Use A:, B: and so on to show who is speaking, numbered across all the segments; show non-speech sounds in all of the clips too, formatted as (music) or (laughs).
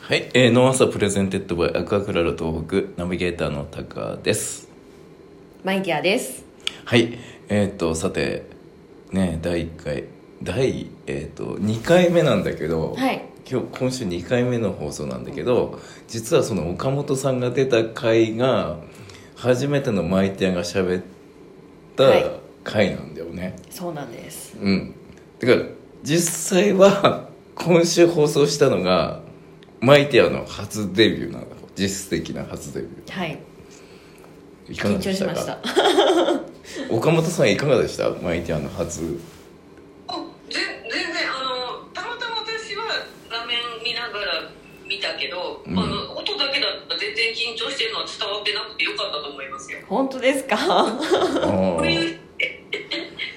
A: はい、えー、ノンアサプレゼンテッドバイアクアクラロ東北ナビゲーターのタカです
B: マイディアです。
A: はいえっ、ー、とさてね第1回第、えー、と2回目なんだけど、
B: はい
A: 今日今週2回目の放送なんだけど実はその岡本さんが出た回が初めてのマイティアが喋った
B: はい
A: 回なんだよね、
B: そうなんです。
A: うんてか実際は (laughs) 今週放送したのがマイティアの初デビューなの実質的な初デビュ
B: はい。
A: ーいかが
B: 緊
A: で
B: 張
A: し
B: した
A: か
B: ました。
A: 岡本さんいかがでしたマイティアの
B: (laughs)
A: 初
C: あぜ全然あのたまたま私は画面見ながら見たけど、
A: うん
C: あの音だけだったら全然緊張してるのは伝わってなくてよかったと思いますよ
B: 本当ですか。 (laughs)
A: あー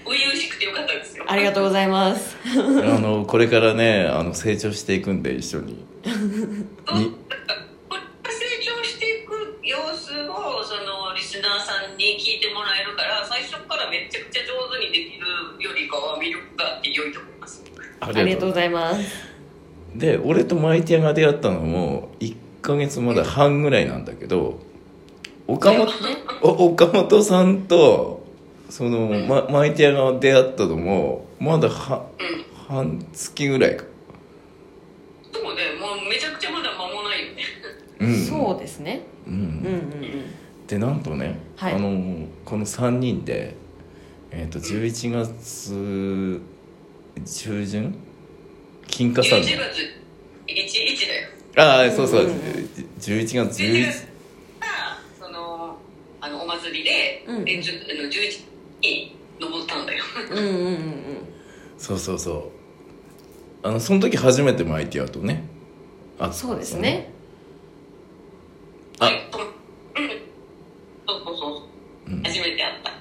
C: 初々しくてよかったですよ
B: ありがとうござ
C: ざい
B: います。
A: あのこれからねあの成長していくんで一緒に
C: ます成長していく様子をそのリスナーさんに聞いてもらえるから最初からめちゃくちゃ上手にできるよりかは魅力があって良いと思います
A: あ
B: ありがとうございます。
A: で俺とマイティアが出会ったのも1ヶ月まだ半ぐらいなんだけど岡本お岡本さんとその、ま、マイティアが出会ったのもまだは
C: うん
A: 半月ぐらいか、
C: でもねもうめちゃくちゃまだ間もないよね
A: うん、
B: そうですね。
A: う、
B: うん
A: ん
B: うんうん。
A: でなんとね、
B: はい
A: あのこの3人で、えー、と11月中旬金華山
C: 11月11だよ
A: ああそうそう、
B: うん
A: 11月
C: 11
A: 11
C: 月がそのあのお祭りで、
B: うん
C: 連日あの11日に登ったんだよ
B: うんうんうん
A: そうそうそうあのその時初めてマイティアとね
B: う
A: あ
B: ん。そうですね。
A: あ
C: はいそうんそうそうそう
A: そのうん
C: 初めて会った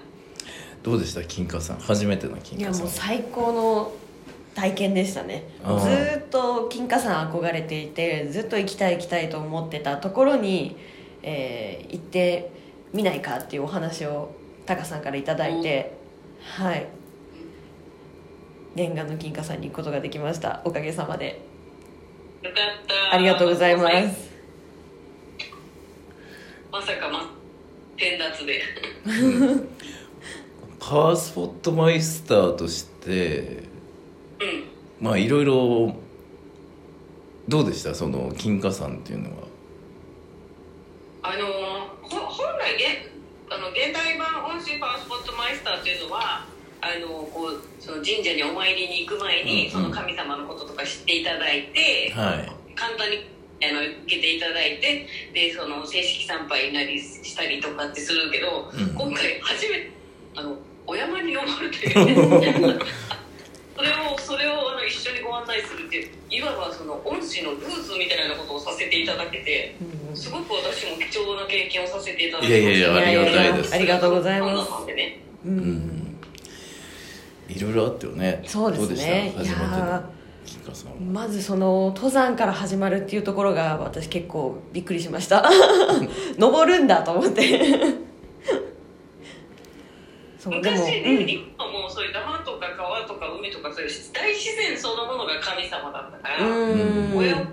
A: どうでした金華さん初めての金
B: いや
A: 華さん
B: もう最高の体験でしたね。ず
A: あー
B: ーっと金華山憧れていて、ずっと行きたい行きたいと思ってたところに、えー行ってみないかっていうお話をタカさんからいただいて、はい。念願の金華山に行くことができました。おかげさまで。
C: よかった
B: ありがとうございま
C: はい
B: す。
C: まさかま転奪で
A: パワースポットマイスターとして
C: うん
A: まあいろいろどうでしたその金華山っていうのは
C: あのほ本来げあの現代版音声パワースポットマイスターというのはあのこうその神社にお参りに行く前に、
A: うんうん
C: その神様のこととか知っていただいて、
A: はい
C: 簡単にあの受けていただいてでその正式参拝なりしたりとかってするけど、
A: うん
C: 今回初めてあのお山に登るというね (laughs) それをそれをあの一緒にご案内するっていういわばその恩師のルーツみたいなことをさせていただけて
B: うんうん
C: すごく私も貴重な経験をさせていただきま
A: いやいやいやありがたいです
B: ありがとうございます
C: そんなのでね
B: う
A: うんんいろいろあったよね
B: そうです
A: ど
B: ね
A: うでした
B: い
A: 初めての
B: や
A: 金華山は
B: ーまずその登山から始まるっていうところが私結構びっくりしました (laughs) 登るんだと思ってそうでも、
C: 昔ね、日本はもうそういう山とか川とか海とかそういう大自然そのものが神様だったから、
B: うんう
C: 親を
B: ん
C: っ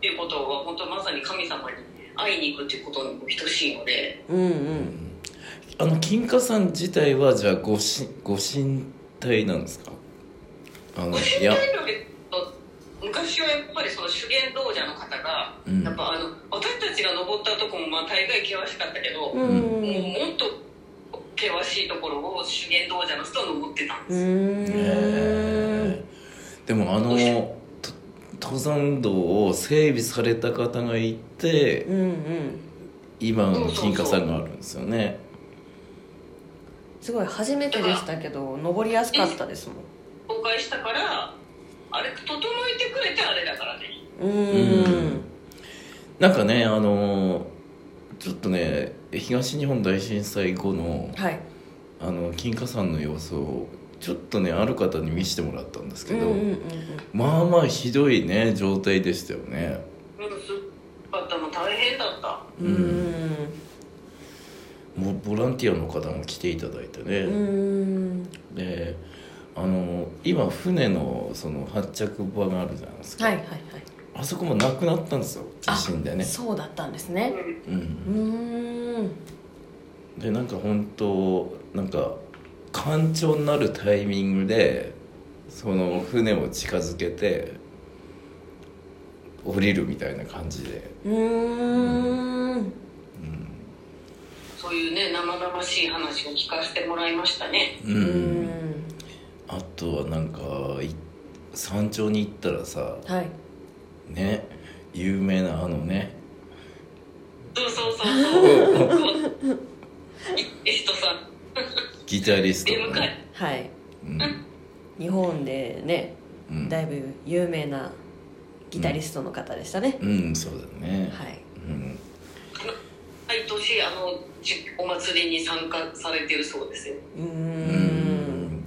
C: ていうことは本当まさに神様に会いに行くっていうことにも等しいので
B: うんう
A: うんんあの金華山自体はじゃあごしご神体なんですかあのいや
C: 昔はやっぱりその修験道者の方が、
A: うん
C: やっぱあの私たちが登ったとこもまあ大概険しかったけど、
B: う
C: も
B: ん
C: うもっと険しいところを修験道者の人は登ってたんです、
B: うん
A: えーでもあのと登山道を整備された方がいて
B: うんうん
A: 今の金華山があるんですよね
B: すごい初めてでしたけど登りやすかったですもん
C: 公開したからあれ整えてくれてあれだからね
B: うん
A: なんかねあのちょっとね東日本大震災後の
B: はい
A: あの金華山の様子をちょっとねある方に見せてもらったんですけ
B: うん
A: ど、
B: うんうんうん
A: まあまあひどいね状態でしたよね
C: うんすごかったもう大変だった
B: うん
A: もうボランティアの方も来ていただいてね、
B: うん
A: であの今船のその発着場があるじゃないですか、
B: はいはいはい
A: あそこもなくなったんですよ地震でね
B: そうだったんですね
C: うん
A: うん
B: うーん
A: でなんか本当なんか干潮になるタイミングでその船を近づけて降りるみたいな感じで、
B: うーん
C: そういうね生々しい話を聞かせてもらいましたね
A: うん
B: うーん
A: あとはなんかい山頂に行ったらさ
B: はい
A: ね有名なあのね
C: そうそうそうそうゲストさん
A: ギタリスト
C: 出
A: の
C: 迎
A: ね、
C: え
B: はい
A: うん
B: 日本でね
A: うん
B: だいぶ有名なギタリストの方でしたね、
A: うん、そうだね、
B: はい
A: うん、
C: 毎年あのじお祭りに参加されてるそうですよ
B: うー
A: うんん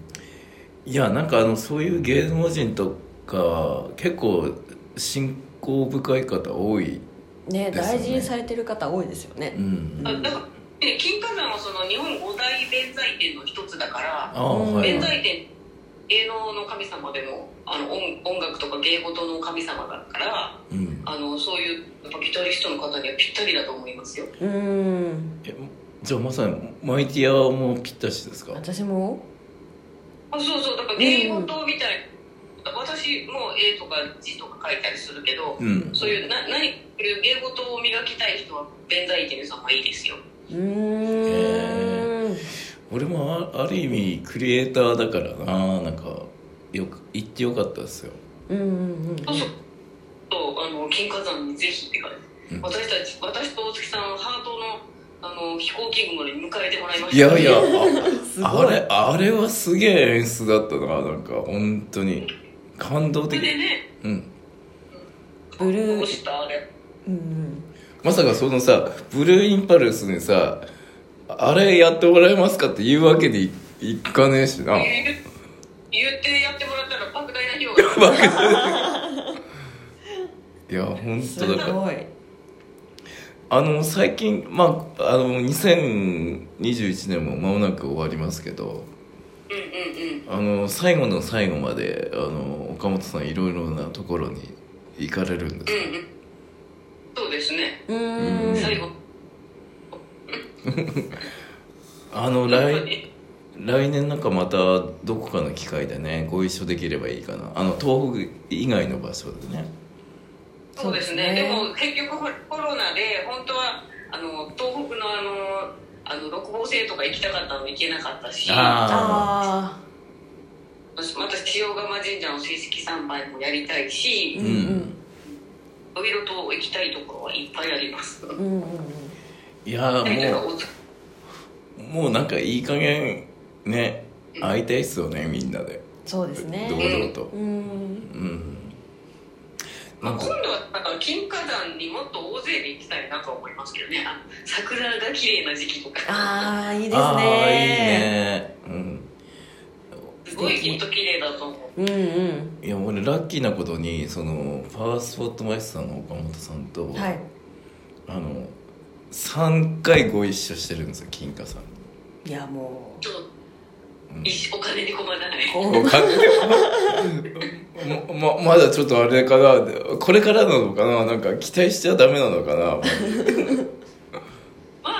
A: いやなんかあのそういう芸能人とか結構信仰深い方多い
B: ね
A: ですよね
B: 大事にされてる方多いですよ
A: う
B: ね
A: ん
C: あだから、ね、金華山はその日本五大弁財天の一つだから
A: ああ
B: うん
A: はい
C: 弁
A: はい
C: 財天芸能の神様でもあの音音楽とか芸事の神様だから
A: うん
C: あのそういうやっぱギタリストの方にはぴったりだと思いますよ
B: うーん
A: えじゃあまさにマイティアもぴったしですか
B: 私も
C: あそうそうだから芸事みたい、私も絵とか字とか書いたりするけど
A: うん
C: そういうな何これ芸事を磨きたい人は弁財天様いいですよ
B: うーん
A: 俺もあある意味クリエイターだからななんかよく行ってよかったですよ
B: うんうんうん
C: そうそうそうあの金華山にぜひって感じ、
A: うん
C: 私たち私と大月さんはハートのあの飛行機雲に迎えてもらいま
A: い
C: した
A: やいや
B: す
A: ああ
B: ごい
A: れあれはすげえ演出だったななんか本当に感動
C: それ
A: 的
C: でね
A: うん
B: ブルー
C: どうしたあれ
B: うん
A: まさかそのさブルーインパルスにさあれやってもらえますかって言うわけにいいかねえしな (laughs)
C: 言う言ってやってもらったら莫大な費用が
A: いや本
B: す
A: 当だから
B: ごい
A: あの最近まああの2021年も間もなく終わりますけど
C: うんうんうん
A: あの最後の最後まであの岡本さんいろいろなところに行かれるんで
C: う
A: す
C: んうんそうですね、
B: うーん
A: うん
C: 最後
A: あの
C: 本当
A: 来
C: に
A: 来年なんかまたどこかの機会でねご一緒できればいいかなあの東北以外の場所でね
B: そ
C: そうですね
B: うですね
C: でも結局ほらコロナで本当はあの東北のあのあの六房星とか行きたかったの行けなかったし
B: あ
C: また塩釜神社の水式参拝もやりたいし
B: ー
A: う
B: うんん
C: いろいろと行きたいところはいっぱいあります
B: うんうんうん
A: いや
C: みんな
A: ー
C: が
A: も
C: おつ
A: うもうなんかいい加減ね
C: うん
A: 会いたいっすよねみんなで
B: そうです
A: 堂
B: ね
A: 々と
B: うん
A: うん
C: ま
A: な
C: あ
A: ん
C: 今
A: か
C: 度はだから金華山にもっと大勢で行きたいなと思いますけどねあの桜が綺麗な時期とか
B: ああいいですね
A: あーいいねうん
C: すごいきっと綺麗だと思う
B: うんうん
A: いや俺ラッキーなことにそのパワースポットマイスターの岡本さんと、
B: はい
A: あの3回ご一緒してるんですよ金華さん
B: いやも
C: ちょっと
A: うん
C: 一お金に困らないう
B: こ
A: お
B: う
A: 金 (laughs) まままだちょっとあれかなこれからなのかななんか期待しちゃダメなのかな
C: まあ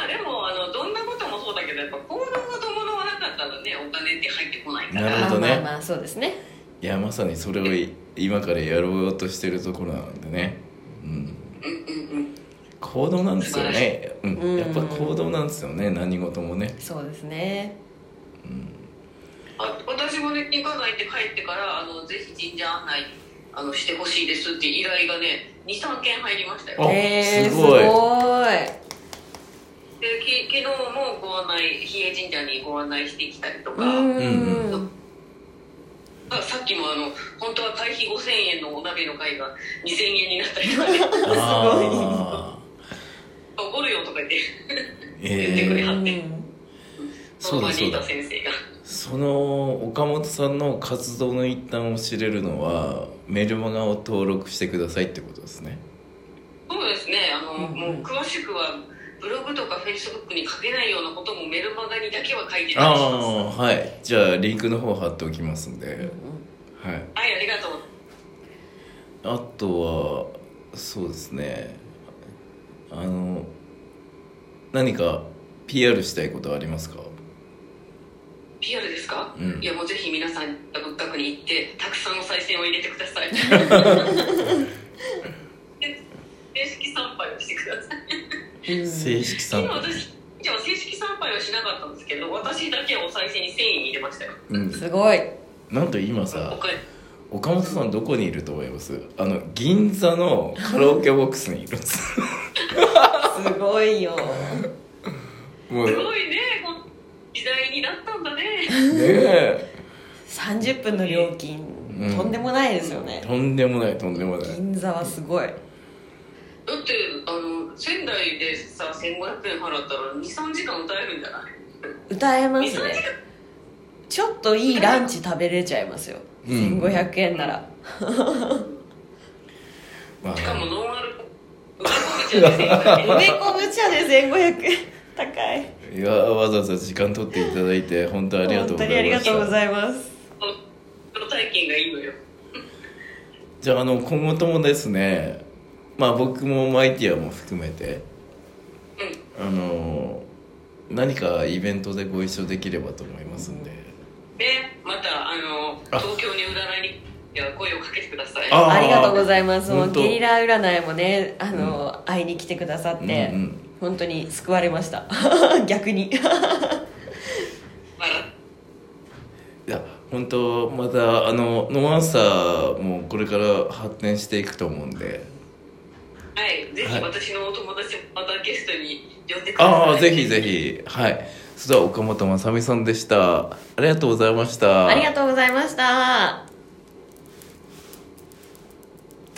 C: でもあのどんなこともそうだけどやっぱ行動が伴わなかったらねお金って入ってこないか
A: なる
C: ら
A: ほどね
B: まあまあまあそうですね
A: いやまさにそれをい今からやろうとしてるところなんでね、うん、
C: うんうんうん
A: 行動なんですよね、うん
B: うん
A: やっぱ行動なんですよね何事もね、
B: そうですね
A: うん、
C: (laughs) あ私もね金華山行って帰ってからあのぜひ神社案内あのしてほしいですって依頼がね23件入りました
A: あ
C: よ
B: えー、
A: す
B: す
A: ご
B: ご
A: い
B: い
C: でき昨日もご案内比叡神社にご案内してきたりと
B: う
C: か、
B: ん
C: うんあさっきもあの本当は会費5000円のお鍋の会が2000円になったりとかね
A: (laughs) あ
C: 怒るよとか言って
A: ー
C: 言ってくれ
A: え
C: は
A: ー、
C: っ
B: う
C: て
B: ん
A: そうだ
C: の場
A: そ
C: に
A: う
C: い
A: だ
C: た先生が
A: その岡本さんの活動の一端を知れるのはメルマガを登録してくださいってことですね
C: そうですねあの、
B: うん
C: もう詳しくはブログとかフェイスブックに書けないようなこともメルマガにだけは書いてた
A: あ
C: りします
A: あはいじゃあリンクの方貼っておきますん
B: うん
A: で、はい
C: はいありがとう
A: あとはそうですねあの何か PR したいことはありますか
C: PR ですか、
A: うん
C: いやもうぜひ皆さん仏閣に行ってたくさんの再選を入れてくださいで正式参拝をしてください
A: 正式参
C: 今
A: 拝
C: 私じゃあ正式参拝はしなかったんですけど私だけはお賽銭に1000円入れましたよ
A: うん
B: すごい
A: なんと今
C: お
A: さ
C: 金
A: 岡本さんどこにいると思いますあの銀座のカラオケボックスにいるんです
B: すごいよ
A: もう
C: す
A: ね
C: ごいねこの時代になったんだね
A: え
B: 30分の料金、
A: うん
B: とんでもないですよね、
A: とんでもないとんでもない
B: 銀座はすごい
C: だってあの仙台でさ1500円払ったら23時間歌えるんじゃない
B: 歌えます
C: 23時
B: ね
C: 間
B: ちょっといいランチ食べれちゃいますよ、
A: うん
B: 1500円なら
A: まあ
C: しかもノンアルコール埋め込めちゃうね
B: 梅昆布茶で1500円高い
A: いやわざわざ時間取っていただいて本当ありがとうご
B: 本当
A: ざいまし
B: に
A: た
B: ありがとうございます
C: プロ体験がいいのよ
A: じゃああの今後ともですねまあ僕もマイティアも含めてあの何かイベントでご一緒できればと思いますんで
C: でまたあの
A: あ
C: 東京に占いにいや声をかけてください
A: あー
B: ありがとうございますも
A: 本
B: う
A: 当
B: ゲリラ占いもねあの、会いに来てくださって、
A: うんうん
B: 本当に救われました (laughs) 逆に
C: 笑
A: いや本当またあのノンアンサーもこれから発展していくと思うんで
C: はいぜ
A: は
C: ひ
A: い
C: 私のお友達をまたゲストに呼んでください
A: ああぜひぜひはいそれでは岡本雅美さんでしたありがとうございました
B: ありがとうございました